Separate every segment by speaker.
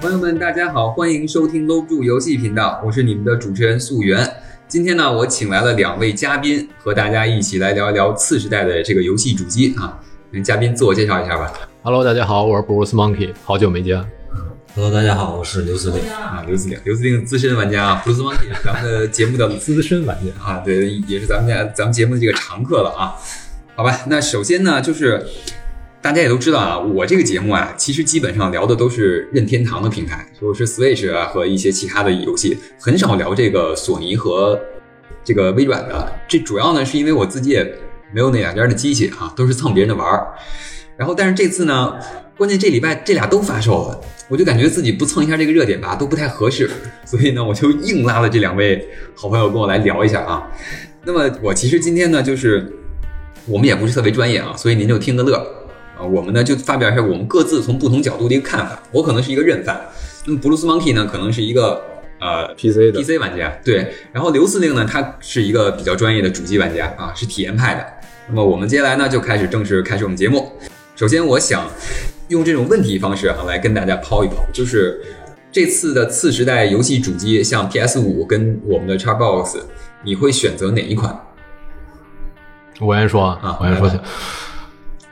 Speaker 1: 朋友们，大家好，欢迎收听搂不住游戏频道，我是你们的主持人素媛。今天呢，我请来了两位嘉宾，和大家一起来聊一聊次世代的这个游戏主机啊。嗯嘉宾自我介绍一下吧。
Speaker 2: Hello，大家好，我是 Bruce Monkey，好久没见。
Speaker 3: Hello，大家好，我是刘司令。
Speaker 1: 啊，刘子鼎，刘子鼎资深玩家啊，布鲁斯邦也是咱们的节目的
Speaker 2: 资深玩家，
Speaker 1: 啊，对，也是咱们家咱们节目的这个常客了啊。好吧，那首先呢，就是大家也都知道啊，我这个节目啊，其实基本上聊的都是任天堂的平台，说是 Switch 啊和一些其他的游戏，很少聊这个索尼和这个微软的。这主要呢，是因为我自己也没有那两家的机器啊，都是蹭别人的玩儿。然后，但是这次呢，关键这礼拜这俩都发售了，我就感觉自己不蹭一下这个热点吧，都不太合适，所以呢，我就硬拉了这两位好朋友跟我来聊一下啊。 那么我其实今天呢，就是我们也不是特别专业啊，所以您就听个乐儿啊。我们呢就发表一下我们各自从不同角度的一个看法。我可能是一个认犯，那么布鲁斯 monkey 呢可能是一个呃
Speaker 2: PC 的
Speaker 1: PC 玩家，对。然后刘司令呢，他是一个比较专业的主机玩家啊，是体验派的。那么我们接下来呢就开始正式开始我们节目。首先，我想用这种问题方式啊来跟大家抛一抛，就是这次的次时代游戏主机，像 PS 五跟我们的 Xbox，你会选择哪一款？
Speaker 2: 我先说
Speaker 1: 啊
Speaker 2: 我先说
Speaker 1: 来
Speaker 2: 去。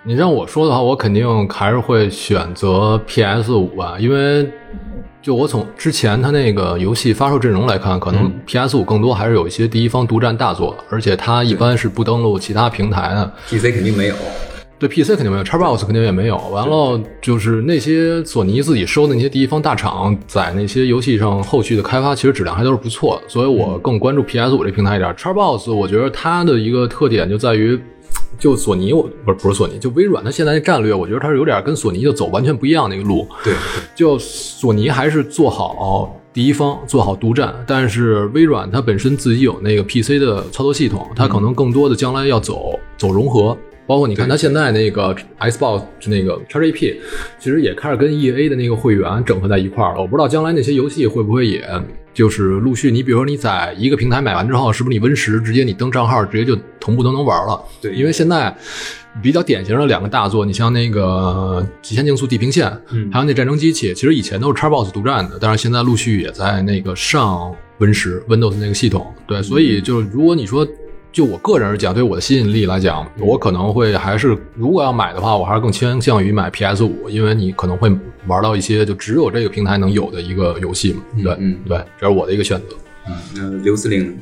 Speaker 2: 你让我说的话，我肯定还是会选择 PS 五吧，因为就我从之前它那个游戏发售阵容来看，可能
Speaker 1: 嗯
Speaker 2: PS 五更多还是有一些第一方独占大作，而且它一般是不登录其他平台的。
Speaker 1: PC 肯定没有，
Speaker 2: 对 PC 肯定没有，Xbox 肯定也没有。完了就是那些索尼自己收的那些第一方大厂，在那些游戏上后续的开发其实质量还都是不错的，所以我更关注 PS 五这平台一点。Xbox 我觉得它的一个特点就在于。就索尼，我不是不是索尼，就微软，它现在的战略，我觉得它是有点跟索尼就走完全不一样的一个路。
Speaker 1: 对，
Speaker 2: 就索尼还是做好第一方，做好独占，但是微软它本身自己有那个 PC 的操作系统，它可能更多的将来要走走融合。包括你看，
Speaker 1: 对
Speaker 2: 它现在那个 Xbox 那个 XGP，其实也开始跟 EA 的那个会员整合在一块儿了。我不知道将来那些游戏会不会也就是陆续，你比如说你在一个平台买完之后，是不是你 Win 十直接你登账号直接就同步都能玩了？
Speaker 1: 对
Speaker 2: 因为现在比较典型的两个大作，你像那个呃《极限竞速：地平线》，
Speaker 1: 嗯
Speaker 2: 还有那战争机器，其实以前都是 Xbox 独占的，但是现在陆续也在那个上 Win 十 Windows 那个系统。对，所
Speaker 1: 嗯
Speaker 2: 以就是如果你说。就我个人而讲，对我的吸引力来讲，我可能会还是，如果要买的话，我还是更倾向于买 PS 五，因为你可能会玩到一些就只有这个平台能有的一个游戏嘛。对，
Speaker 1: 嗯
Speaker 2: 对，这是我的一个选择。
Speaker 1: 那刘司令呢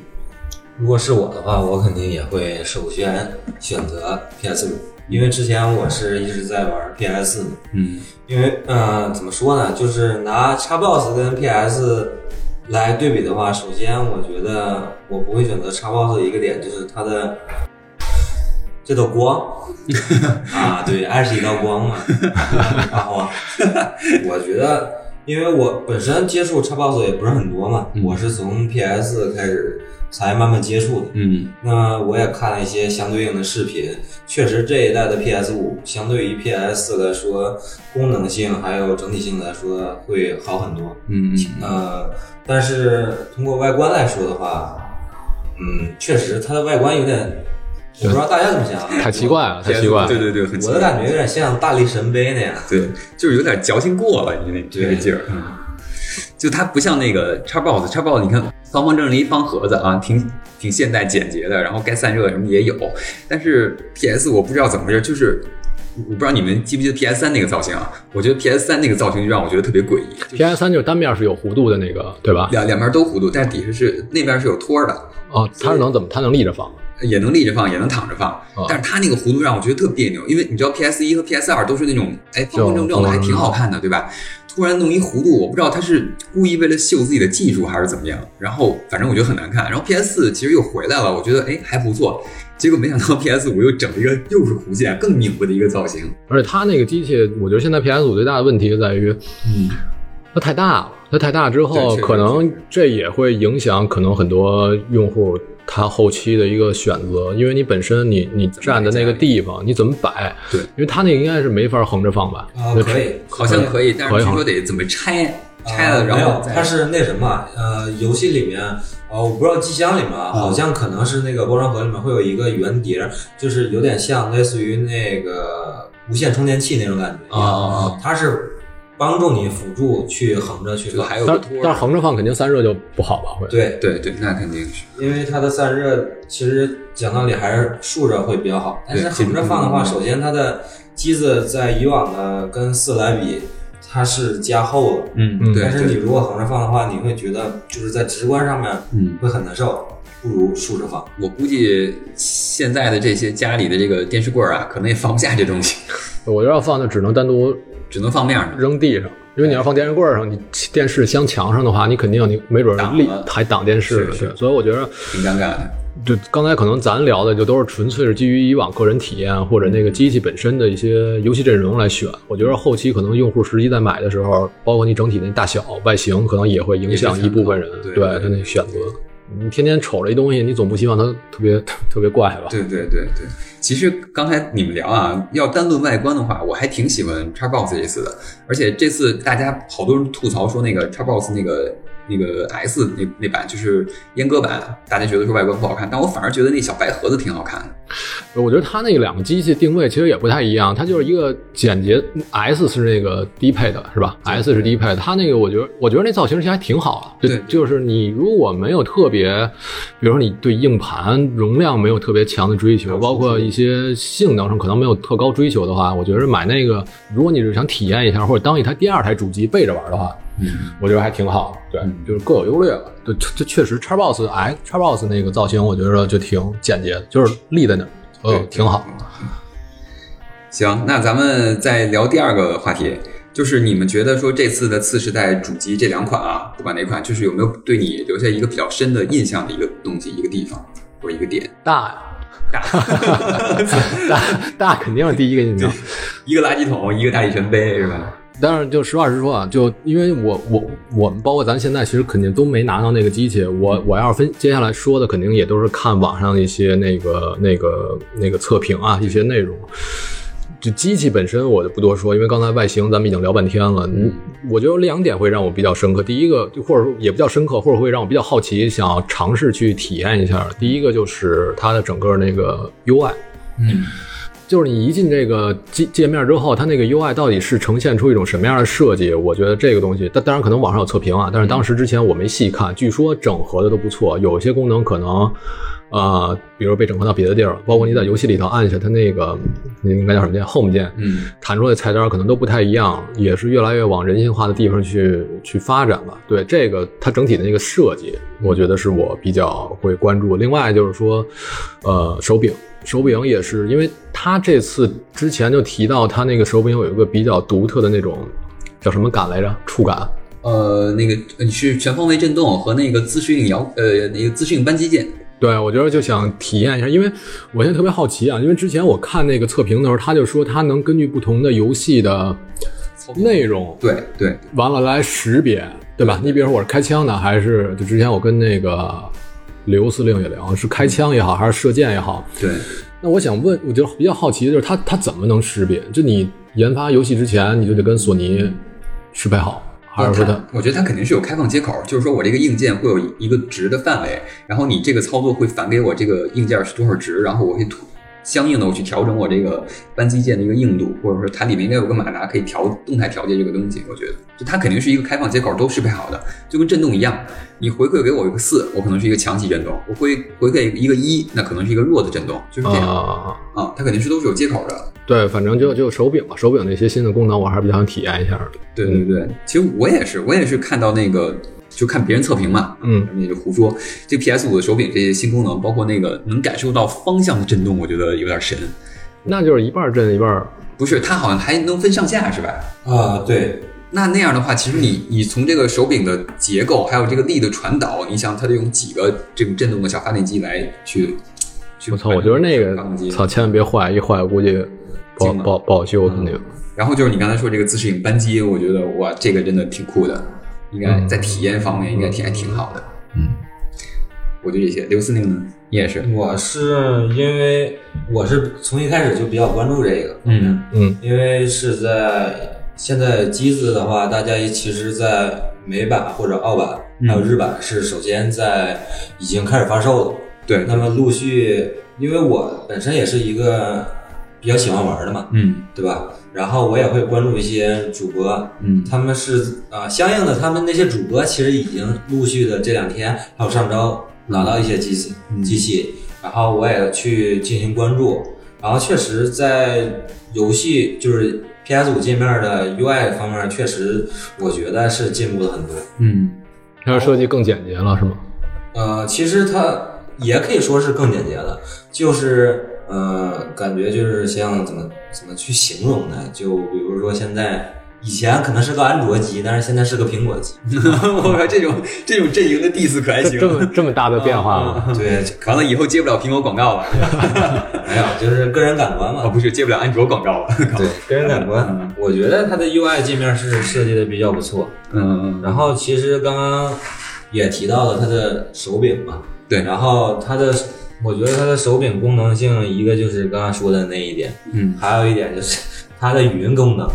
Speaker 3: 如果是我的话，我肯定也会首选选择 PS 五，因为之前我是一直在玩 PS 嘛。
Speaker 1: 嗯
Speaker 3: 因为呃，怎么说呢，就是拿 Xbox 跟 PS 来对比的话，首先我觉得我不会选择 Xbox 的一个点就是它的这道光啊，对，爱是一道光嘛，然后 我觉得。因为我本身接触 Xbox 也不是很多嘛，
Speaker 1: 嗯
Speaker 3: 我是从 PS 开始才慢慢接触的。
Speaker 1: 嗯
Speaker 3: 那我也看了一些相对应的视频，确实这一代的 PS 五相对于 PS 来说，功能性还有整体性来说会好很多。
Speaker 1: 嗯嗯
Speaker 3: 呃，但是通过外观来说的话，嗯，确实它的外观有点，我不知道大家怎么想啊，
Speaker 2: 太奇怪了，太奇怪了。
Speaker 1: 对对对，很奇
Speaker 3: 我的
Speaker 1: 怪，
Speaker 3: 感觉有点像大力神杯那样。
Speaker 1: 对，就是有点矫情过了，你那那个
Speaker 3: 对
Speaker 1: 劲儿，嗯，就它不像那个 Xbox Xbox，你看方方正正一方盒子啊，挺挺现代简洁的，然后该散热什么也有，但是 PS 我不知道怎么回事，就是。我不知道你们记不记得 PS 三那个造型啊？我觉得 PS 三那个造型就让我觉得特别诡异，就
Speaker 2: PS 三就是单面是有弧度的那个，对吧？
Speaker 1: 两两边都弧度，但是底下是那边是有托儿的，
Speaker 2: 哦，它是能怎么？它能立着放。
Speaker 1: 也能立着放，也能躺着放
Speaker 2: 啊，
Speaker 1: 但是它那个弧度让我觉得特别扭，因为你知道 PS 一和 PS 二都是那种哎方方正正的，
Speaker 2: 就
Speaker 1: 还挺好看的，对吧？突然弄一弧度，我不知道他是故意为了秀自己的技术还是怎么样，然后反正我觉得很难看。然后 PS 四其实又回来了，我觉得哎还不错，结果没想到 PS 五又整了一个又是弧线更拧巴的一个造型，
Speaker 2: 而且它那个机器，我觉得现在 PS 五最大的问题在于
Speaker 1: 嗯，
Speaker 2: 它太大了，它太大之
Speaker 1: 对确
Speaker 2: 后，
Speaker 1: 实
Speaker 2: 可能这也会影响可能很多用户他后期的一个选择，因为你本身你你站的那个地方你怎么摆？
Speaker 1: 对
Speaker 2: 因为它那个应该是没法横着放吧？
Speaker 3: 啊、
Speaker 2: 那
Speaker 3: 可以，
Speaker 1: 好像可以，但是
Speaker 2: 可以
Speaker 1: 据
Speaker 2: 好
Speaker 1: 说得怎么拆拆
Speaker 3: 啊
Speaker 1: 了，然
Speaker 3: 没
Speaker 1: 后
Speaker 3: 有，它
Speaker 1: 再
Speaker 3: 是那什么，呃，游戏里面，呃，我不知道机箱里面啊，
Speaker 1: 嗯
Speaker 3: 好像可能是那个包装盒里面会有一个圆碟儿，就是有点像类似于那个无线充电器那种感觉一样嗯
Speaker 1: 啊啊啊
Speaker 3: 它是帮助你辅助去横着去
Speaker 1: 这个
Speaker 3: 放。
Speaker 1: 还有个
Speaker 2: 但
Speaker 1: 托
Speaker 2: 但是
Speaker 1: 儿。
Speaker 2: 横着放肯定散热就不好了，会。
Speaker 3: 对，
Speaker 1: 对对，那肯定是。
Speaker 3: 因为它的散热其实讲道理还是竖着会比较好，但
Speaker 1: 对
Speaker 3: 是横着放的话，首先它的机子在以往的跟四来比，它是加厚的。
Speaker 1: 嗯
Speaker 2: 嗯
Speaker 1: 对
Speaker 3: 但是
Speaker 1: 对，
Speaker 3: 你如果横着放的话，你会觉得就是在直观上面
Speaker 1: 嗯，
Speaker 3: 会很难受，不如竖着放。
Speaker 1: 我估计现在的这些家里的这个电视柜儿啊，可能也放不下这东西，
Speaker 2: 我要放就只能单独
Speaker 1: 只能放那样的。
Speaker 2: 扔地上，因为你要放电视柜上，你电视镶墙上的话，你肯定你没准儿
Speaker 1: 挡
Speaker 2: 立
Speaker 1: 了
Speaker 2: 还挡电视呢。
Speaker 1: 是是
Speaker 2: 对所以我觉得，
Speaker 1: 挺尴尬的。
Speaker 2: 就刚才可能咱聊的就都是纯粹是基于以往个人体验或者那个机器本身的一些游戏阵容来选。我觉得后期可能用户实际在买的时候，包括你整体的大小、外形，可能也会影响一部分人
Speaker 1: 也是参考对
Speaker 2: 对他那选择。你天天瞅着一东西，你总不希望它特别特别怪吧？
Speaker 1: 对对对对，其实刚才你们聊啊，要单论外观的话，我还挺喜欢 Xbox 这次的，而且这次大家好多人吐槽说那个 Xbox 那个那个 S 那那版就是阉割版，啊大家觉得说外观不好看，但我反而觉得那小白盒子挺好看的。
Speaker 2: 我觉得它那两个机器定位其实也不太一样，它就是一个简洁，S 是那个低配的，是吧？S 是低配的，它那个我觉得，我觉得那造型其实还挺好的。
Speaker 1: 对
Speaker 2: 就是你如果没有特别，比如说你对硬盘容量没有特别强的追求，包括一些性能上可能没有特高追求的话，我觉得买那个，如果你是想体验一下，或者当一台第二台主机备着玩的话，
Speaker 1: 嗯，
Speaker 2: 我觉得还挺好。对
Speaker 1: 嗯，
Speaker 2: 就是各有优劣吧。对，这这确实，Xbox X Xbox 那个造型，我觉得就挺简洁的，就是立在那儿，呃，挺好。。
Speaker 1: 行，那咱们再聊第二个话题，就是你们觉得说这次的次世代主机这两款啊，不管哪款，就是有没有对你留下一个比较深的印象的一个东西、一个地方或者一个点？
Speaker 2: 大呀， 大大大肯定是第一个印象。
Speaker 1: 一个垃圾桶，一个大力神杯，是吧？
Speaker 2: 但是就实话实说啊，就因为我我我们包括咱现在其实肯定都没拿到那个机器，我我要是分接下来说的肯定也都是看网上的一些那个那个那个测评啊一些内容。就机器本身我就不多说，因为刚才外形咱们已经聊半天了。嗯，我觉得有两点会让我比较深刻，第一个就或者说也不叫深刻，或者会让我比较好奇，想要尝试去体验一下。第一个就是它的整个那个 UI，
Speaker 1: 嗯，
Speaker 2: 就是你一进这个界界面之后，它那个 UI 到底是呈现出一种什么样的设计？我觉得这个东西，但当然可能网上有测评啊，但是当时之前我没细看，据说整合的都不错，有些功能可能，呃，比如被整合到别的地儿了，包括你在游戏里头按一下它那个，那应该叫什么键？Home 键，
Speaker 1: 嗯，
Speaker 2: 弹出来的菜单可能都不太一样，也是越来越往人性化的地方去去发展吧。对这个它整体的那个设计，我觉得是我比较会关注。另外就是说，呃，手柄，手柄也是，因为它这次之前就提到它那个手柄有一个比较独特的那种叫什么感来着，触感。
Speaker 1: 呃，那个呃你是全方位震动和那个自适应摇，呃，那个自适应扳机键，
Speaker 2: 对，我觉得就想体验一下，因为我现在特别好奇啊，因为之前我看那个测评的时候，他就说它能根据不同的游戏的内容
Speaker 1: 对对，
Speaker 2: 完了来识别，对吧？你比如说我是开枪的，还是就之前我跟那个刘司令也聊，是开枪也好，还是射箭也好。
Speaker 1: 对，
Speaker 2: 那我想问，我就比较好奇的就是它它怎么能识别？就你研发游戏之前，你就得跟索尼适配好，还是说它
Speaker 1: 它？我觉得它肯定是有开放接口，就是说我这个硬件会有一个值的范围，然后你这个操作会返给我这个硬件是多少值，然后我会吐相应的我去调整我这个扳机键的一个硬度，或者说它里面应该有个马达可以调动态调节这个东西。我觉得，就它肯定是一个开放接口都适配好的，就跟震动一样，你回馈给我一个四，我可能是一个强级震动；我回回馈一个一，那可能是一个弱的震动，就是这样啊、
Speaker 2: 啊、
Speaker 1: 它肯定是都是有接口的。
Speaker 2: 对，反正就就手柄吧，手柄那些新的功能，我还是比较想体验一下的。
Speaker 1: 对
Speaker 2: 嗯
Speaker 1: 对对，其实我也是，我也是看到那个，就看别人测评嘛，
Speaker 2: 嗯
Speaker 1: 咱们也就胡说。这 PS 五的手柄这些新功能，包括那个能感受到方向的震动，我觉得有点神。
Speaker 2: 那就是一半震一半儿。
Speaker 1: 不是，它好像还能分上下，是吧？
Speaker 3: 啊，对，
Speaker 1: 那那样的话，其实你你从这个手柄的结构，还有这个力的传导，你想它得用几个这种震动的小发电机来去去。
Speaker 2: 我操，我觉得那个
Speaker 1: 发动机
Speaker 2: 操，千万别坏，一坏我估计不好
Speaker 1: 惊了
Speaker 2: 不好不好修肯定。
Speaker 1: 然后就是你刚才说这个自适应扳机，我觉得哇，这个真的挺酷的，应该
Speaker 2: 嗯
Speaker 1: 在体验方面应该挺还挺好的。嗯，我就这些。刘司令呢，你也是？
Speaker 2: 嗯
Speaker 3: 我是因为我是从一开始就比较关注这个，
Speaker 1: 嗯，
Speaker 2: 嗯
Speaker 3: 因为是在现在机子的话，大家其实，在美版或者澳版
Speaker 1: 嗯
Speaker 3: 还有日版是首先在已
Speaker 2: 嗯
Speaker 3: 经开始发售了。
Speaker 1: 对，
Speaker 3: 那么陆续，因为我本身也是一个比较喜欢玩的嘛，
Speaker 1: 嗯
Speaker 3: 对吧？然后我也会关注一些主播，
Speaker 1: 嗯
Speaker 3: 他们是呃，相应的，他们那些主播其实已经陆续的这两天还有上周拿到一些机器、
Speaker 1: 嗯
Speaker 3: 机器，然后我也去进行关注，然后确实在游戏就是 PS 五界面的 UI 方面，确实我觉得是进步了很多。
Speaker 1: 嗯
Speaker 2: 它的设计更简洁了，是吗？
Speaker 3: 呃，其实它也可以说是更简洁的，就是呃，感觉就是像怎么怎么去形容呢？就比如说现在。以前可能是个安卓机，但是现在是个苹果机。
Speaker 1: 我靠，这种这种阵营的 diss 可还
Speaker 2: 这
Speaker 1: 行
Speaker 2: 这？么这么大的变化吗？
Speaker 3: 对，
Speaker 1: 完了以后接不了苹果广告了，
Speaker 3: 没有，就是个人感官
Speaker 1: 哦
Speaker 3: 嘛。
Speaker 1: 不是接不了安卓广告了。
Speaker 3: 对，个人感官，我觉得它的 UI 界面是设计的比较不错。
Speaker 1: 嗯嗯
Speaker 3: 然后其实刚刚也提到了它的手柄嘛，
Speaker 1: 对
Speaker 3: 然后它的，我觉得它的手柄功能性，一个就是刚刚说的那一点，
Speaker 1: 嗯
Speaker 3: 还有一点就是 它的语音功能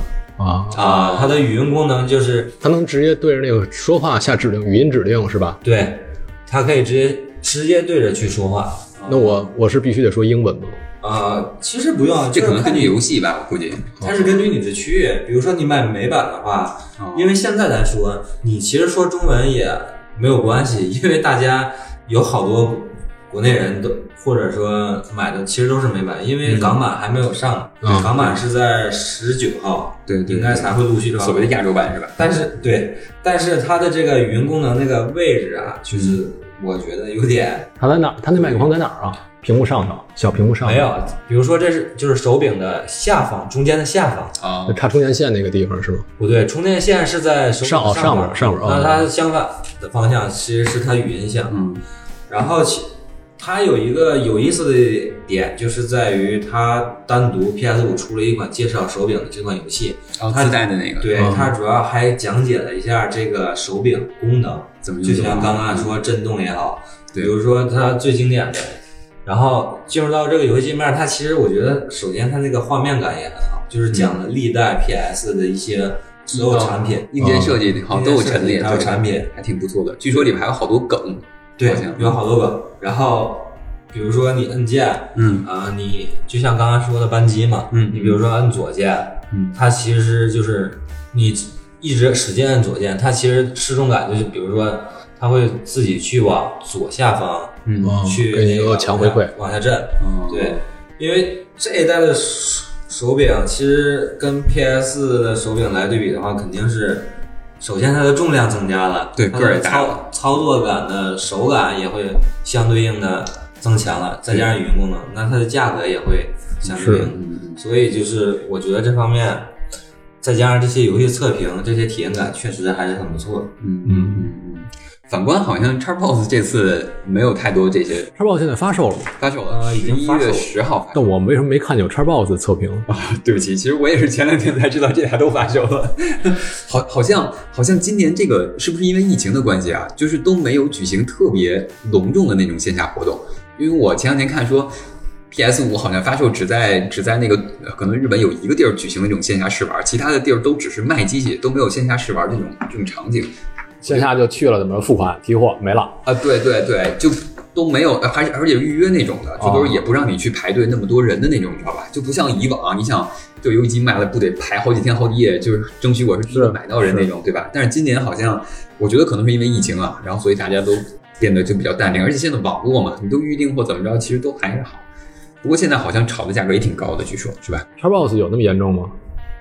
Speaker 2: 啊，
Speaker 3: 啊，它的语音功能就是
Speaker 2: 它能直接对着那个说话下指令，语音指令是吧？
Speaker 3: 对，它可以直接直接对着去说话
Speaker 2: 那我我是必须得说英文吗？
Speaker 3: 啊，其实不用，
Speaker 1: 这可能
Speaker 3: 就是看
Speaker 1: 根
Speaker 3: 你
Speaker 1: 据游戏吧，我估计。
Speaker 3: 它是根据你的区域，比如说你买美版的话，
Speaker 1: 哦
Speaker 3: 因为现在来说，你其实说中文也没有关系，因为大家有好多国内人都或者说买的其实都是美版，因为港版还没有上，
Speaker 2: 嗯
Speaker 3: 港版是在十九号，
Speaker 1: 对对
Speaker 3: 应该才会陆续上。
Speaker 1: 哦所谓的亚洲版是吧？
Speaker 3: 但是对，但是它的这个语音功能那个位置啊，就是我觉得有点
Speaker 2: 它在哪儿？它那麦克风在哪儿啊？屏幕上头，小屏幕上头
Speaker 3: 没有，，比如说这是就是手柄的下方，中间的下方。
Speaker 1: 啊
Speaker 2: 就，插充电线那个地方是吗？
Speaker 3: 不对，充电线是在手柄
Speaker 2: 上哦
Speaker 3: 上
Speaker 2: 上面上面哦
Speaker 3: 那它相反的方向其实是它语音项。
Speaker 1: 嗯
Speaker 3: 然后其它有一个有意思的点，就是在于它单独 PS 五出了一款介绍手柄的这款游戏，
Speaker 1: 然后自带的那个
Speaker 3: 对、
Speaker 2: 嗯
Speaker 3: 它主要还讲解了一下这个手柄功能，
Speaker 1: 怎么
Speaker 3: 就
Speaker 1: 用的
Speaker 3: 像刚刚说震动也好，
Speaker 1: 嗯对
Speaker 3: 比如说它最经典的。然后进入到这个游戏界面，它其实我觉得，首先它那个画面感也很好，就是讲了历代 PS 的一些所有产品，
Speaker 1: 硬件设计好像都有陈列，
Speaker 3: 哦硬件设计还有
Speaker 1: 对
Speaker 3: 产品，
Speaker 1: 还挺不错的。据说里面还有好多梗，
Speaker 3: 对
Speaker 1: 好像，
Speaker 3: 有好多个。然后比如说你按键，
Speaker 1: 嗯
Speaker 3: 啊，你就像刚刚说的扳机嘛，
Speaker 1: 嗯
Speaker 3: 你比如说按左键，
Speaker 1: 嗯
Speaker 3: 它其实就是你一直使劲按左键，它其实失重感就是，比如说它会自己去往左下方
Speaker 1: 嗯
Speaker 2: 哦
Speaker 3: 去
Speaker 2: 给你
Speaker 3: 那
Speaker 2: 一
Speaker 3: 个
Speaker 2: 个强回馈，
Speaker 3: 往下震，
Speaker 1: 哦
Speaker 3: 嗯对，因为这一代的手手柄其实跟 PS 的手柄来对比的话，肯定是。首先，它的重量增加了，
Speaker 1: 对
Speaker 3: 它
Speaker 1: 个儿
Speaker 3: 的
Speaker 1: 也大
Speaker 3: 操
Speaker 1: 了
Speaker 3: 操作感的手感也会相对应的增强了，再加上语音功能，那它的价格也会相对
Speaker 2: 是
Speaker 3: 应的
Speaker 1: 嗯
Speaker 3: 所以就是我觉得这方面，再加上这些游戏测评，这些体验感确实还是很不错的。
Speaker 1: 嗯嗯嗯嗯。反观好像 Xbox 这次没有太多这些
Speaker 2: 叉 box 现在发售了，
Speaker 1: 发售了，
Speaker 3: 呃已
Speaker 1: 十
Speaker 3: 经
Speaker 1: 一
Speaker 3: 发售
Speaker 1: 月
Speaker 3: 了
Speaker 1: 十号发售
Speaker 2: 但。我为什么没看见有叉 box 的测评？
Speaker 1: 对不起，其实我也是前两天才知道这俩都发售了，好，好像好像今年这个是不是因为疫情的关系啊，就是都没有举行特别隆重的那种线下活动，因为我前两天看说。P.S. 五好像发售只在只在那个呃可能日本有一个地儿举行那种线下试玩，其他的地儿都只是卖机器，都没有线下试玩这种这种场景
Speaker 2: 线下就去了，怎么着付款提货没了？
Speaker 1: 啊。对对对，就都没有，呃还是而且预约那种的，就都
Speaker 2: 哦
Speaker 1: 是也不让你去排队那么多人的那种，你知道吧？就不像以往，啊你想就游戏机卖了不得排好几天好几夜，就是争取我是第一个
Speaker 2: 是
Speaker 1: 买到人那种，对吧？但是今年好像我觉得可能是因为疫情啊，然后所以大家都变得就比较淡定，而且现在网络嘛，你都预定或怎么着，其实都还好。不过现在好像炒的价格也挺高的，据说是吧
Speaker 2: 叉 box 有那么严重吗？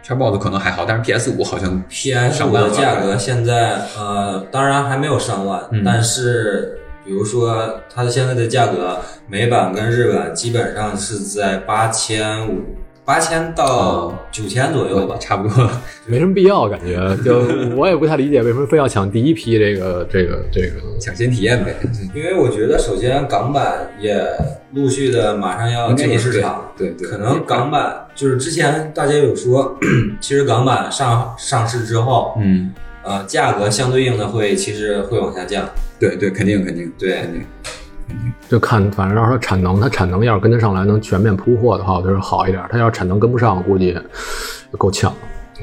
Speaker 1: ？Xbox 可能还好，但是 PS 五好像
Speaker 3: PS
Speaker 1: 上
Speaker 3: 五
Speaker 1: 万了
Speaker 3: 的价格现在呃，当然还没有上万，
Speaker 1: 嗯
Speaker 3: 但是比如说它的现在的价格，美版跟日版基本上是在八千五、八千到
Speaker 1: 哦
Speaker 3: 九千左右吧。
Speaker 1: 差不多了。
Speaker 2: 没什么必要，感觉就我也不太理解为什么非要抢第一批这个这个这个。
Speaker 1: 抢先体验呗，
Speaker 3: 因为我觉得，首先港版也陆续的马上要
Speaker 1: 应该
Speaker 3: 进
Speaker 1: 也
Speaker 3: 入
Speaker 1: 是
Speaker 3: 市场，
Speaker 1: 对对，对
Speaker 3: 可能港版就是之前大家有说，其实港版上上市之后，
Speaker 1: 嗯，
Speaker 3: 呃，价格相对应的会其实会往下降。
Speaker 1: 对对，肯定肯定
Speaker 3: 对
Speaker 1: 肯定，
Speaker 2: 就看，反正要说产能，它产能要是跟得上来，能全面铺货的话，我觉得好一点。它要是产能跟不上，估计够呛。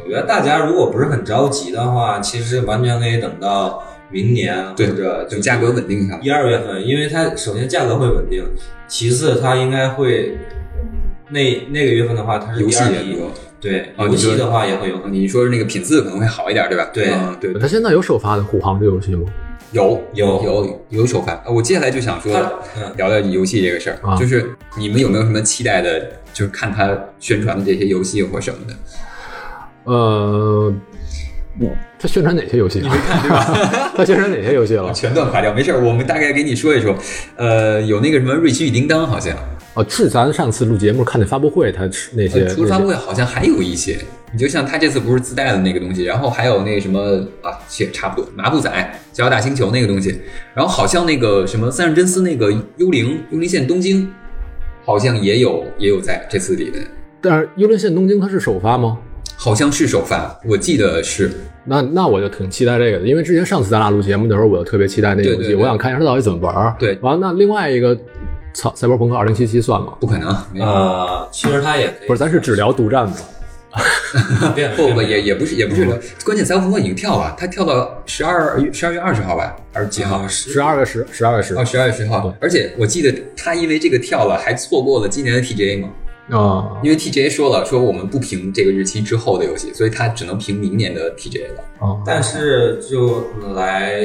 Speaker 3: 我觉得大家如果不是很着急的话，其实完全可以等到明年或
Speaker 1: 对
Speaker 3: 者
Speaker 1: 等价格稳定下来。
Speaker 3: 一二月份，因为它首先价格会稳定，其次它应该会那那个月份的话，它是
Speaker 1: 游
Speaker 3: 第
Speaker 1: 戏
Speaker 3: 二
Speaker 1: 也
Speaker 3: 批，
Speaker 1: 多。
Speaker 3: 对，
Speaker 1: 哦
Speaker 3: 游
Speaker 1: 你说
Speaker 3: 戏的话也会有很多
Speaker 1: 你说那个品字可能会好一点，对吧？
Speaker 3: 对
Speaker 1: 嗯对，
Speaker 2: 它现在有首发的虎航这游戏吗？
Speaker 1: 有
Speaker 3: 有
Speaker 1: 有有首发。啊我接下来就想说
Speaker 3: 它嗯
Speaker 1: 聊聊游戏这个事儿，
Speaker 2: 啊
Speaker 1: 就是你们有没有什么期待的？就是看他宣传的这些游戏或什么的，
Speaker 2: 呃，它宣传哪些游戏、啊？ 它宣传哪些游戏了？
Speaker 1: 全段垮掉，没事儿，我们大概给你说一说。呃，有那个什么《瑞奇与叮当》，好像、
Speaker 2: 哦，是咱上次录节目看那发布会，它是那些
Speaker 1: 呃、除了发
Speaker 2: 那
Speaker 1: 布
Speaker 2: 些
Speaker 1: 会，好像还有一些。你就像他这次不是自带的那个东西，然后还有那个什么啊，也差不多麻布仔、小小大星球那个东西，然后好像那个什么三上真司那个《幽灵幽灵线东京》，好像也有也有在这次里面，
Speaker 2: 但是《幽灵线：东京》它是首发吗？
Speaker 1: 好像是首发，我记得是。
Speaker 2: 那那我就挺期待这个的，因为之前上次咱俩录节目的时候，我就特别期待那个游戏，
Speaker 1: 对对对
Speaker 2: 我想看一下它到底怎么玩儿。
Speaker 1: 对
Speaker 2: 完了那另外一个，操，《赛博朋克2077》算吗？
Speaker 1: 不可能，啊没有
Speaker 2: 啊
Speaker 3: 呃，其实它也可以
Speaker 2: 不是，咱是只聊独占的。
Speaker 3: 变
Speaker 1: 不不也也不是也不
Speaker 2: 嗯
Speaker 1: 是，关键赛博朋克已经跳了，它跳到十二十二月二十号吧，还是几号？
Speaker 2: 十二月十，十二月十
Speaker 1: 哦，十二月十号
Speaker 2: 啊对。
Speaker 1: 而且我记得他因为这个跳了，还错过了今年的 TGA 嘛，
Speaker 2: 啊
Speaker 1: 因为 TGA 说了说我们不评这个日期之后的游戏，所以他只能评明年的 TGA 了。
Speaker 2: 啊！
Speaker 3: 但是就来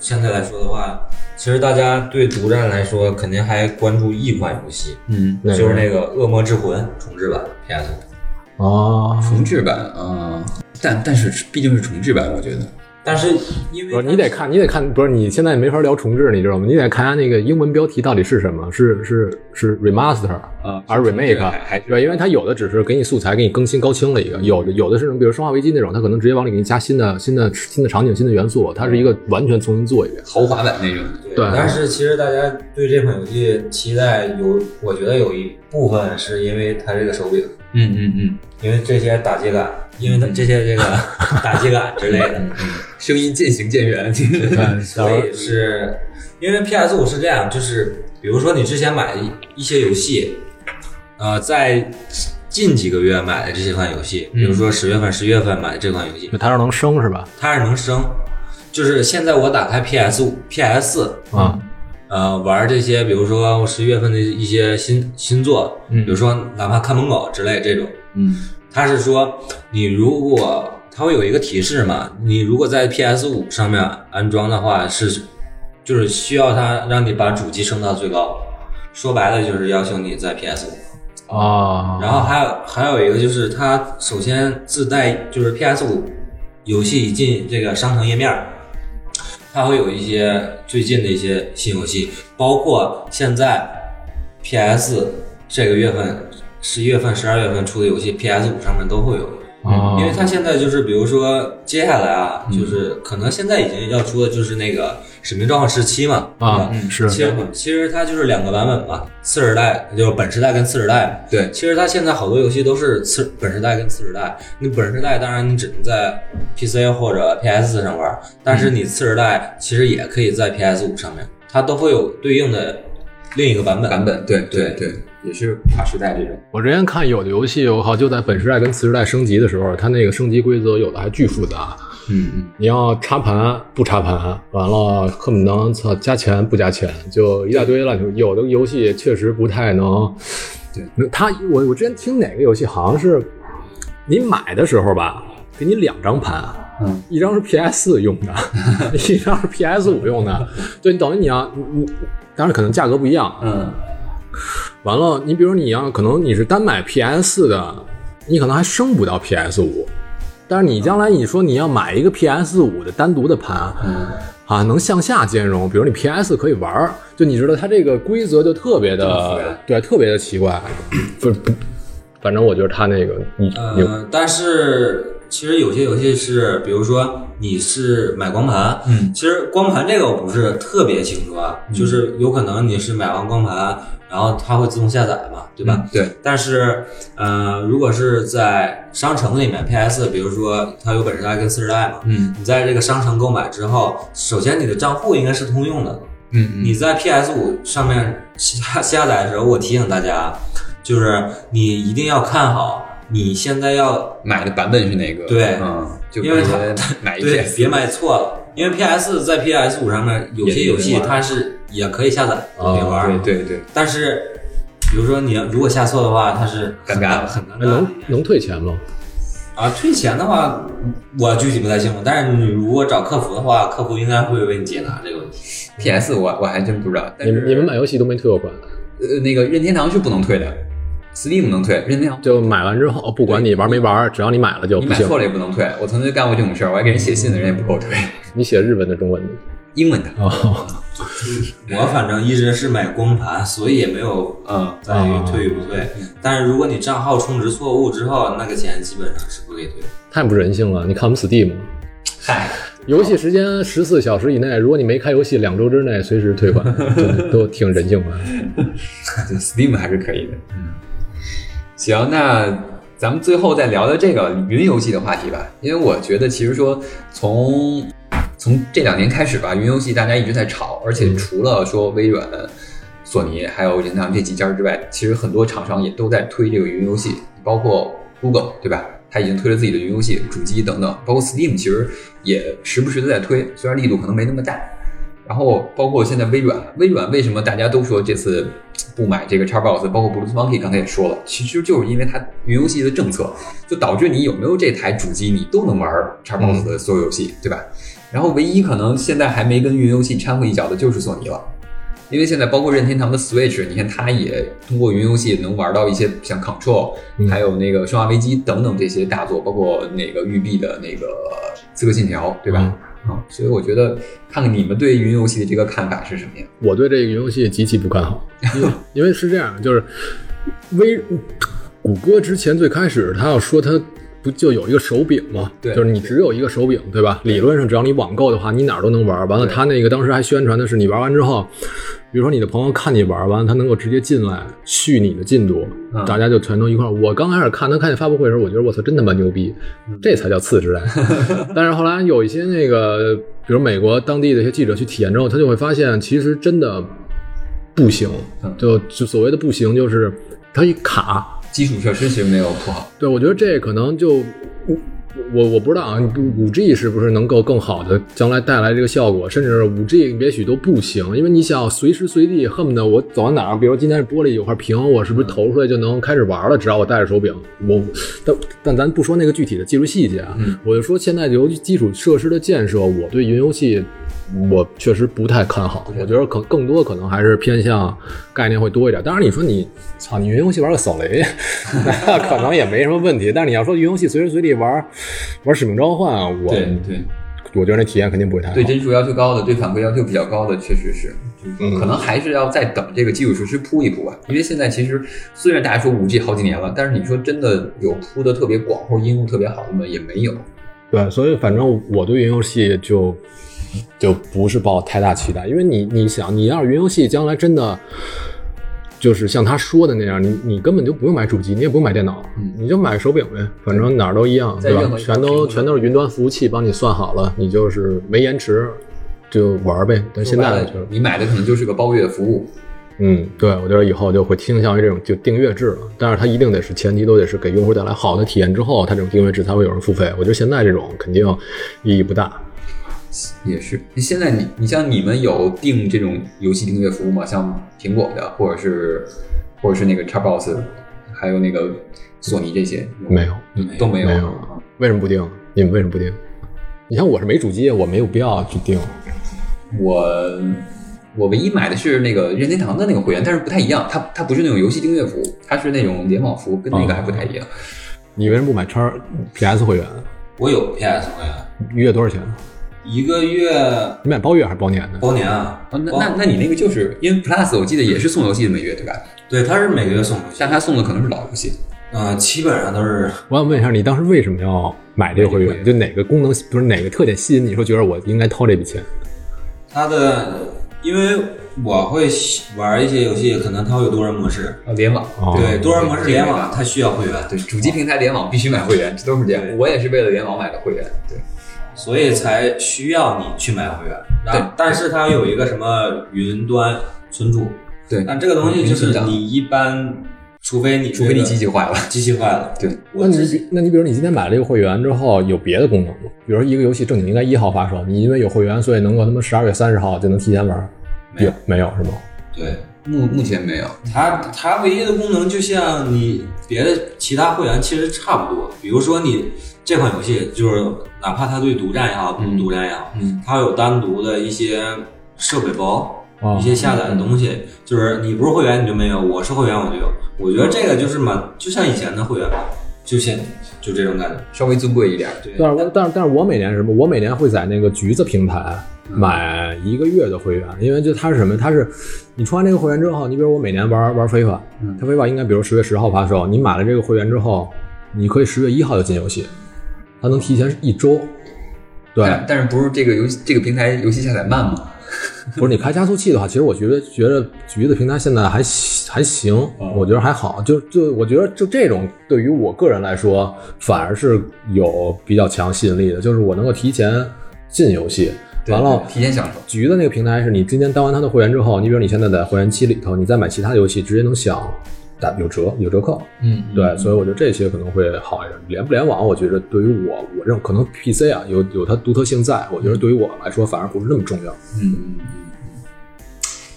Speaker 3: 现在来说的话，其实大家对独占来说，肯定还关注一款游戏，
Speaker 1: 嗯，
Speaker 2: 哪个
Speaker 3: 就是那个《恶魔之魂》重置版 PS 五。
Speaker 2: 啊，
Speaker 1: 重置版啊、但但是毕竟是重置版，我觉得
Speaker 3: 但是因
Speaker 2: 不
Speaker 3: 为
Speaker 2: 是你得看，你得看，不是你现在没法聊重置，你知道吗？你得看它那个英文标题到底是什么，是是是 remaster
Speaker 1: 啊，
Speaker 2: 还是
Speaker 1: 这
Speaker 2: remake？
Speaker 1: 个还还是
Speaker 2: 对，因为它有的只是给你素材，给你更新高清了一个，有的有的是比如《生化危机》那种，它可能直接往里给你加新的新的新的场景、新的元素，它是一个完全重新做一遍。
Speaker 1: 豪华版那种。
Speaker 3: 对，
Speaker 2: 对
Speaker 3: 但是其实大家对这款游戏期待有，我觉得有一部分是因为它这个手柄，
Speaker 1: 嗯嗯嗯，
Speaker 3: 因为这些打击感，因为它这些这个 打击感之类的，
Speaker 1: 嗯声音渐行渐远。
Speaker 3: 所以是因为 PS 五是这样，就是比如说你之前买的一些游戏，呃，在近几个月买的这些款游戏，比如说十月份、十一月份买的这款游戏，
Speaker 2: 它要能升是吧？
Speaker 3: 它是能升。就是现在我打开 PS 五、PS
Speaker 2: 啊，
Speaker 3: 呃，玩这些，比如说我十一月份的一些新新作，
Speaker 2: 嗯
Speaker 3: 比如说哪怕看门狗之类这种，
Speaker 1: 嗯，
Speaker 3: 它是说你如果它会有一个提示嘛，你如果在 PS 五上面安装的话是，就是需要它让你把主机升到最高，说白了就是要求你在 PS 五。
Speaker 2: 啊，
Speaker 3: 然后还有还有一个就是它首先自带就是 PS 五游戏一进这个商城页面儿，它会有一些最近的一些新游戏，包括现在 PS 这个月份十一月份、十二月份出的游戏，PS 五上面都会有。
Speaker 2: 啊，
Speaker 3: 因为它现在就是，比如说接下来啊，就是可能现在已经要出的就是那个《使命召唤十七》嘛，
Speaker 2: 啊
Speaker 3: 对吧
Speaker 2: 是
Speaker 3: 其实其实它就是两个版本嘛，次世代就是本世代跟次世代嘛。
Speaker 1: 对，
Speaker 3: 其实它现在好多游戏都是次本世代跟次世代，你本世代当然你只能在 PC 或者 PS 上玩，但是你次世代其实也可以在 PS 五上面，它都会有对应的另一个版本。
Speaker 1: 版本对对
Speaker 3: 对
Speaker 1: 对，也是跨时代这种。
Speaker 2: 我之前看有的游戏，我靠，就在本时代跟次时代升级的时候，它那个升级规则有的还巨复杂。
Speaker 1: 嗯嗯。
Speaker 2: 你要插盘不插盘，完了恨不能操加钱不加钱，就一大堆乱七八糟。有的游戏确实不太能，
Speaker 1: 对
Speaker 2: 那他我我之前听哪个游戏好像是你买的时候吧，给你两张盘，
Speaker 1: 嗯，
Speaker 2: 一张是 PS 四用的，一张是 PS 五用的，就你等于你要你你，当然可能价格不一样，
Speaker 1: 嗯
Speaker 2: 完了，你比如你要可能你是单买 PS 四的，你可能还升不到 PS 五，但是你将来你说你要买一个 PS 五的单独的盘，
Speaker 1: 嗯，
Speaker 2: 啊，能向下兼容，比如你 PS 可以玩儿，就你知道它这个规则就特别
Speaker 1: 么复
Speaker 2: 的
Speaker 1: 杂，
Speaker 2: 对，特别的奇 怪，不不，反正我觉得它那个你
Speaker 1: 嗯
Speaker 2: 你
Speaker 3: 呃，但是其实有些游戏是，比如说你是买光盘，
Speaker 1: 嗯，
Speaker 3: 其实光盘这个我不是特别清楚啊，就是有可能你是买完光盘，然后它会自动下载嘛，对吧？
Speaker 1: 对，
Speaker 3: 但是，呃，如果是在商城里面，PS，比如说它有本世代跟次世代嘛，
Speaker 1: 嗯
Speaker 3: 你在这个商城购买之后，首先你的账户应该是通用的，
Speaker 1: 嗯嗯，
Speaker 3: 你在 PS 五上面下下载的时候，我提醒大家，就是你一定要看好，你现在要
Speaker 1: 买的版本是哪个？
Speaker 3: 对
Speaker 1: 嗯，就
Speaker 3: 因为它
Speaker 1: 别买一
Speaker 3: 对
Speaker 1: 些，
Speaker 3: 别买错了，因为 PS 在 PS 五上面有些游
Speaker 1: 也
Speaker 3: 戏
Speaker 1: 能玩哦
Speaker 3: 它是也可以下载，也可以玩，
Speaker 1: 对对对，
Speaker 3: 但是比如说你要如果下错的话，它是很
Speaker 1: 尴尬
Speaker 3: 很尴尬
Speaker 2: 哎，
Speaker 3: 的
Speaker 2: 能能退钱吗？
Speaker 3: 啊。退钱的话，我具体不太清楚，但是你如果找客服的话，客服应该会为你解答这个问题。
Speaker 1: PS 我我还真不知道，但
Speaker 2: 你
Speaker 1: 是
Speaker 2: 们你们买游戏都没退过款，
Speaker 1: 呃那个任天堂是不能退的，Steam 能退，任天堂
Speaker 2: 就买完之后不管你玩没玩，只要你买了就
Speaker 1: 你
Speaker 2: 不
Speaker 1: 买
Speaker 2: 行。
Speaker 1: 错了也不能退。我曾经干过这种事儿，我还给人写信呢，人也不给我退，
Speaker 2: 你写日文的中文的
Speaker 1: 英文的。
Speaker 2: 哦，
Speaker 3: 我反正一直是买光盘，所以也没有
Speaker 1: 嗯，
Speaker 3: 在于
Speaker 2: 啊
Speaker 3: 退与不退。但是如果你账号充值错误之后，那个钱基本上是不给退的。
Speaker 2: 太不人性了！你看我们 Steam，
Speaker 1: 嗨，
Speaker 2: 游戏时间十四小时以内，如果你没开游戏，两周之内随时退款，真的都挺人性化。
Speaker 1: 这 Steam 还是可以的。嗯，行，那咱们最后再聊聊这个云游戏的话题吧，因为我觉得其实说从从这两年开始吧，云游戏大家一直在炒，而且除了说微软、索尼还有任天堂这几家之外，其实很多厂商也都在推这个云游戏，包括 Google 对吧？它已经推了自己的云游戏主机等等，包括 Steam 其实也时不时的在推，虽然力度可能没那么大，然后包括现在微软，微软为什么大家都说这次不买这个 Xbox，包括 Bluetooth Monkey 刚才也说了，其实就是因为它云游戏的政策，就导致你有没有这台主机，你都能玩 Xbox 的所有游戏，对吧？然后唯一可能现在还没跟云游戏掺和一脚的就是索尼了。因为现在包括任天堂的 Switch，你看它也通过云游戏能玩到一些像 Control，、
Speaker 2: 嗯
Speaker 1: 还有那个《生化危机》等等这些大作，包括那个育碧的那个《刺客信条》，对吧？啊，所以我觉得看看你们对云游戏的这个看法是什么样？
Speaker 2: 我对这个游戏极其不看好，因为因为是这样，就是微谷歌之前最开始他要说他不就有一个手柄吗？
Speaker 1: 对
Speaker 2: 就是你只有一个手柄，对吧？理论上只要你网购的话，你哪儿都能玩。完了，
Speaker 1: 对
Speaker 2: 他那个当时还宣传的是你玩完之后，比如说你的朋友看你玩完了，他能够直接进来续你的进度，
Speaker 1: 嗯
Speaker 2: 大家就全都一块儿。我刚开始看他开那发布会的时候，我觉得我操，真他妈牛逼，
Speaker 1: 嗯
Speaker 2: 这才叫次 时代。但是后来有一些那个，比如美国当地的一些记者去体验之后，他就会发现，其实真的不行
Speaker 1: 嗯，
Speaker 2: 就就所谓的不行，就是它一卡。
Speaker 1: 基础设施其实没有铺好，
Speaker 2: 对，我觉得这可能就我我我不知道啊，五 G 是不是能够更好的将来带来这个效果，甚至五 G 也许都不行，因为你想随时随地恨不得我走到哪儿，比如今天玻璃有块屏，我是不是投出来就能开始玩了？只要我带着手柄，我但但咱不说那个具体的技术细节啊，
Speaker 1: 嗯
Speaker 2: 我就说现在由于基础设施的建设，我对云游戏。我确实不太看好，我觉得可更多可能还是偏向概念会多一点。当然，你说你操，你云游戏玩个 扫雷，那可能也没什么问题。但是你要说云游戏随时随地玩玩使命召唤，啊我
Speaker 1: 对
Speaker 2: 我觉得那体验肯定不会太好。
Speaker 1: 对帧数要求高的，对反馈要求比较高的，确实是，
Speaker 2: 嗯
Speaker 1: 可能还是要再等这个基础设施铺一铺吧。因为现在其实虽然大家说五 G 好几年了，但是你说真的有铺的特别广或者应用特别好的吗？也没有。
Speaker 2: 对，所以反正我对云游戏就就不是抱太大期待，因为你你想，你要是云游戏将来真的就是像他说的那样，你你根本就不用买主机，你也不用买电脑，
Speaker 1: 嗯
Speaker 2: 你就买手柄呗，反正哪儿都一样，
Speaker 1: 在
Speaker 2: 对吧
Speaker 1: 任何？一个
Speaker 2: 全都
Speaker 1: 屏幕上
Speaker 2: 全都是云端服务器帮你算好了，你就是没延迟就玩呗。但是现在就是
Speaker 1: 你买的可能就是个包月服务，
Speaker 2: 嗯，对，我觉得以后就会倾向于这种就订阅制了，但是它一定得是前提都得是给用户带来好的体验之后，它这种订阅制才会有人付费。我觉得现在这种肯定意义不大。
Speaker 1: 也是。现在你你像你们有订这种游戏订阅服务吗？像苹果的，或者是或者是那个 Xbox，还有那个索尼这些
Speaker 2: 没有
Speaker 1: 都没有
Speaker 2: 没有
Speaker 1: 啊
Speaker 2: 为什么不定？你们为什么不定？你像我是没主机，我没有必要去定。
Speaker 1: 我我唯一买的是那个任天堂的那个会员，但是不太一样，它它不是那种游戏订阅服务，它是那种联网服务，跟那个
Speaker 2: 哦
Speaker 1: 还不太一样。
Speaker 3: 哦
Speaker 2: 你为什么不买叉 PS 会员？
Speaker 3: 我有 PS 会员，
Speaker 2: 月多少钱？啊
Speaker 3: 一个月
Speaker 2: 你买包月还是包年的？
Speaker 3: 包年啊，
Speaker 1: 哦，那
Speaker 3: 包
Speaker 1: 那那你那个就是因为 Plus 我记得也是送游戏的每月对吧？
Speaker 3: 对，他是每个月送回去
Speaker 1: 但，它送的可能是老游戏。
Speaker 3: 嗯，基本上都是
Speaker 2: 我想问一下，你当时为什么要买这个会
Speaker 1: 买这
Speaker 2: 员？
Speaker 1: 个
Speaker 2: 就哪个功能不是哪个特点吸引你说觉得我应该掏这笔钱？
Speaker 3: 他的，因为我会玩一些游戏，可能它会有多人模式，
Speaker 1: 哦，联网
Speaker 2: 哦
Speaker 3: 对，多人模式联
Speaker 1: 这个没办
Speaker 3: 网
Speaker 1: 法
Speaker 3: 它需要会员，
Speaker 1: 对，主机平台联网必须买会员，这都是这
Speaker 3: 对
Speaker 1: 样。我也是为了联网买的会员。对，
Speaker 3: 所以才需要你去买会员。然后
Speaker 1: 对，
Speaker 3: 但是它有一个什么云端存储，
Speaker 1: 对
Speaker 3: 但这个东西就
Speaker 1: 云
Speaker 3: 是
Speaker 1: 存档
Speaker 3: 你一般，除非你
Speaker 1: 除非你机
Speaker 3: 器
Speaker 1: 器坏了。
Speaker 3: 机器坏了，
Speaker 1: 对，
Speaker 2: 那
Speaker 3: 我
Speaker 2: 你
Speaker 3: 之前
Speaker 2: 比那你比如你今天买了这个会员之后，有别的功能吗？比如说一个游戏正经应该一号发售，你因为有会员，所以能够他妈十二月三十号就能提前玩。
Speaker 3: 没有
Speaker 2: 没有是吗？
Speaker 3: 对
Speaker 1: 目目前没有。
Speaker 3: 它它唯一的功能就像你别的其他会员其实差不多，比如说你这款游戏就是哪怕它对独占也好，不独占也好，
Speaker 1: 嗯
Speaker 3: 它有单独的一些设备包。
Speaker 2: 哦
Speaker 3: 一些下载的东西，就是你不是会员你就没有，我是会员我就有。我觉得这个就是蛮，就像以前的会员吧，就像就这种感觉。
Speaker 1: 稍微尊贵一点。
Speaker 3: 对，啊
Speaker 2: 但是我但是但是我每年是什么？我每年会在那个橘子平台买一个月的会员，因为就它是什么？它是你充完这个会员之后，你比如我每年玩玩非法，它非法应该比如十月十号发售，你买了这个会员之后，你可以十月一号就进游戏，它能提前一周。对，
Speaker 1: 但但是不是这个游戏这个平台游戏下载慢吗？
Speaker 2: 不是你开加速器的话，其实我觉得觉得橘子平台现在还行还行，我觉得还好。就就我觉得就这种对于我个人来说，反而是有比较强吸引力的，就是我能够提前进游戏，
Speaker 1: 对
Speaker 2: 完了。
Speaker 1: 提前享受。
Speaker 2: 橘子那个平台是你今天当完它的会员之后，你比如你现在在会员期里头，你再买其他的游戏，直接能享打有折有折扣。
Speaker 1: 嗯，
Speaker 2: 对，所以我觉得这些可能会好一点。联不联网，我觉得对于我，我认可能 PC 啊有有它独特性在，我觉得对于我来说反而不是那么重要。
Speaker 1: 嗯嗯嗯。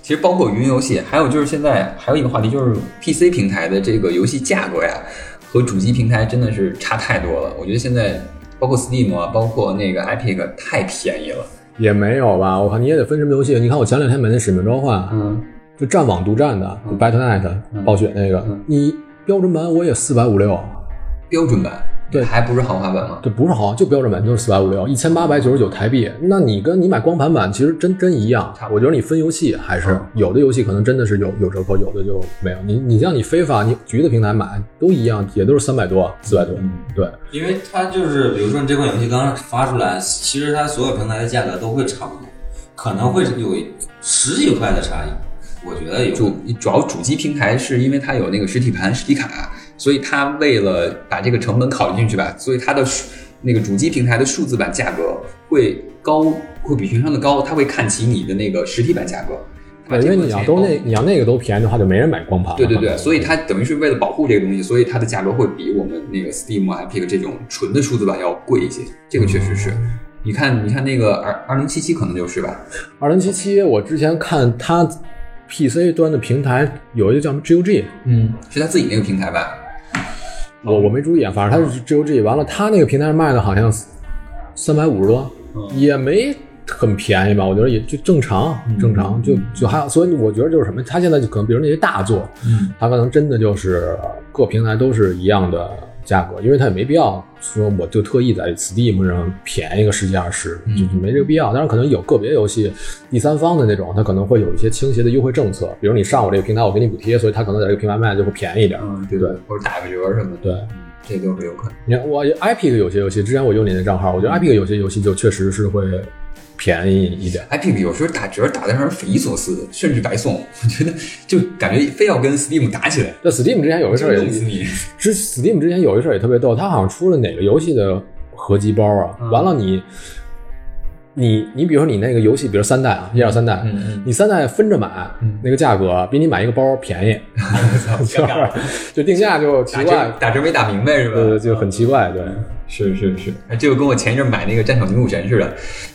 Speaker 1: 其实包括云游戏，还有就是现在还有一个话题就是 PC 平台的这个游戏价格呀，和主机平台真的是差太多了。我觉得现在包括 Steam 啊，包括那个 Epic 太便宜了。
Speaker 2: 也没有吧，我靠，你也得分什么游戏？你看我前两天买那《使命召唤》，
Speaker 1: 嗯，
Speaker 2: 就战网独占的，就 Battle Net、暴雪那个，你啊标准版我也四百五六，
Speaker 1: 标准版
Speaker 2: 对
Speaker 1: 还不是豪华版吗？
Speaker 2: 这不是好，就标准版就是四百五六，一千八百九十九台币。那你跟你买光盘版其实真真一样
Speaker 1: 差，不多
Speaker 2: 我觉得你分游戏还是、
Speaker 1: 嗯
Speaker 2: 有的游戏可能真的是有有折扣，有的就没有。你你像你非法你橘子平台买都一样，也都是三百多、四百多，
Speaker 1: 嗯
Speaker 2: 对。
Speaker 3: 因为它就是，比如说你这款游戏刚发出来，其实它所有平台的价格都会差不多，可能会有十几块的差异，我觉得有。
Speaker 1: 主主要主机平台是因为它有那个实体盘、实体卡，所以它为了把这个成本考虑进去吧，所以它的数那个主机平台的数字版价格会高，会比平常的高，它会看齐你的那个实体版价格。它把
Speaker 2: 因
Speaker 1: 这
Speaker 2: 为
Speaker 1: 个
Speaker 2: 你要
Speaker 1: 钱
Speaker 2: 都
Speaker 1: 包
Speaker 2: 那你要那个都便宜的话，就没人买光盘了。
Speaker 1: 对对对，所以它等于是为了保护这个东西，所以它的价格会比我们那个 Steam 啊、Epic 这种纯的数字版要贵一些。这个确实是，
Speaker 2: 嗯
Speaker 1: 你看，你看那个二二零七七可能就是吧，
Speaker 2: 二零七七，我之前看它 PC 端的平台有一个叫什么 GOG，
Speaker 1: 嗯，是它自己那个平台吧？
Speaker 2: 我我没注意啊，反正它是 GOG。完了，它那个平台卖的好像三百五十多，也没很便宜吧？我觉得也就正常，正常，就就还好。所以我觉得就是什么，它现在就可能比如那些大作，
Speaker 1: 嗯，
Speaker 2: 它可能真的就是各平台都是一样的价格，因为它也没必要说我就特意在 Steam 上便宜个十几二十，就就没这个必要。当然，可能有个别游戏第三方的那种，它可能会有一些倾斜的优惠政策，比如你上我这个平台，我给你补贴，所以它可能在这个平台卖就会便宜一点。
Speaker 1: 嗯，对
Speaker 2: 对，
Speaker 1: 或者打个折什么的，
Speaker 2: 对
Speaker 1: 嗯，这都是有可能。
Speaker 2: 你看，我 IP 的有些游戏，之前我用你的账号，
Speaker 1: 嗯
Speaker 2: 我觉得 IP 的有些游戏就确实是会便宜一点。
Speaker 1: Epic 有时候打折打的让人匪夷所思的，甚至白送，我觉得就感觉非要跟 Steam 打起来，
Speaker 2: 那 Steam 之前有一事
Speaker 1: 就
Speaker 2: 儿
Speaker 1: 弄死
Speaker 2: 也，
Speaker 1: 你。
Speaker 2: 之 Steam 之前有一事儿也特别逗，它好像出了哪个游戏的合集包啊？
Speaker 1: 嗯
Speaker 2: 完了你，你你比如说你那个游戏，比如三代啊，一二三代，
Speaker 1: 嗯
Speaker 2: 你三代分着买，那个价格啊比你买一个包便 宜，就是 就定价就奇
Speaker 1: 打
Speaker 2: 怪
Speaker 1: 折，打折没打明白是吧？
Speaker 2: 呃，就很奇怪，对。
Speaker 1: 是是是，这个跟我前一阵买那个《战场女武神》似的，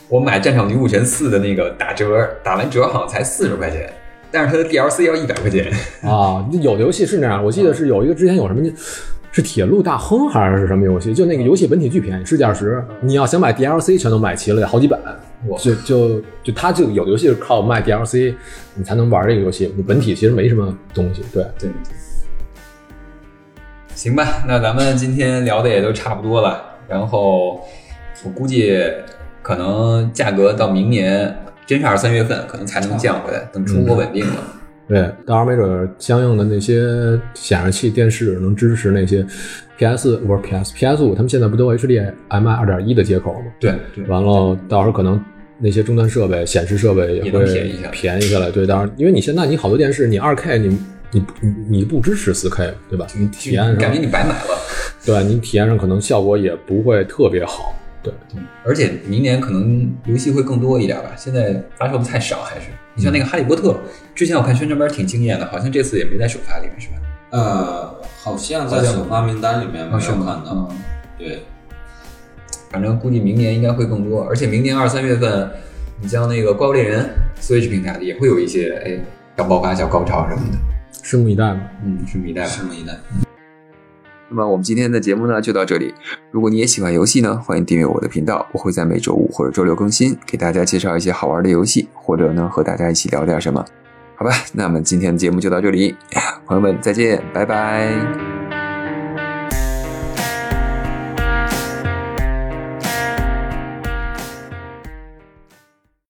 Speaker 1: 我买《战场女武神四》的那个打折，打完折好像才四十块钱，但是它的 DLC 要一百块钱。
Speaker 2: 啊，有的游戏是那样，我记得是有一个之前有什么，是铁路大亨还是什么游戏？就那个游戏本体巨便宜，是价十，你要想买 DLC 全都买齐了，得好几百。
Speaker 1: 嗯哇
Speaker 2: 就就就它就有的游戏是靠卖 DLC 你才能玩这个游戏，你本体其实没什么东西。对，
Speaker 1: 对。行吧，那咱们今天聊的也都差不多了，然后我估计可能价格到明年真是二三月份可能才能降回来，等出货稳定了。
Speaker 2: 对，到时候没准儿相应的那些显示器、电视能支持那些 PS 不是 PS PS 五，他们现在不都 HDMI 二点一的接口吗？
Speaker 1: 对对
Speaker 2: 完了，到时候可能那些终端设备、显示设备
Speaker 1: 也能
Speaker 2: 会
Speaker 1: 便宜一下
Speaker 2: 便宜下来。对，当然，因为你现在你好多电视，你二 K 你。你不你你不支持四 K 对吧？你体验
Speaker 1: 感觉
Speaker 2: 上
Speaker 1: 你白买了。
Speaker 2: 对啊你体验上可能效果也不会特别好，对
Speaker 1: 而且明年可能游戏会更多一点吧，现在发售的太少，还是你像那个《哈利波特》，之前我看宣传片挺惊艳的，好像这次也没在首发里面是吧？
Speaker 3: 呃，好像在首发名单里面没有看到。
Speaker 1: 嗯，
Speaker 3: 对，
Speaker 1: 反正估计明年应该会更多，而且明年二三月份，你像那个《怪物猎人》Switch 平台的也会有一些哎小爆发、小高潮什么的。
Speaker 2: 拭目以待吧。
Speaker 1: 嗯，拭目以待吧。
Speaker 3: 拭目以待。
Speaker 1: 那么我们今天的节目呢就到这里。如果你也喜欢游戏呢，欢迎订阅我的频道，我会在每周五或者周六更新，给大家介绍一些好玩的游戏，或者呢和大家一起 聊点什么。好吧，那么今天的节目就到这里，朋友们再见，拜拜。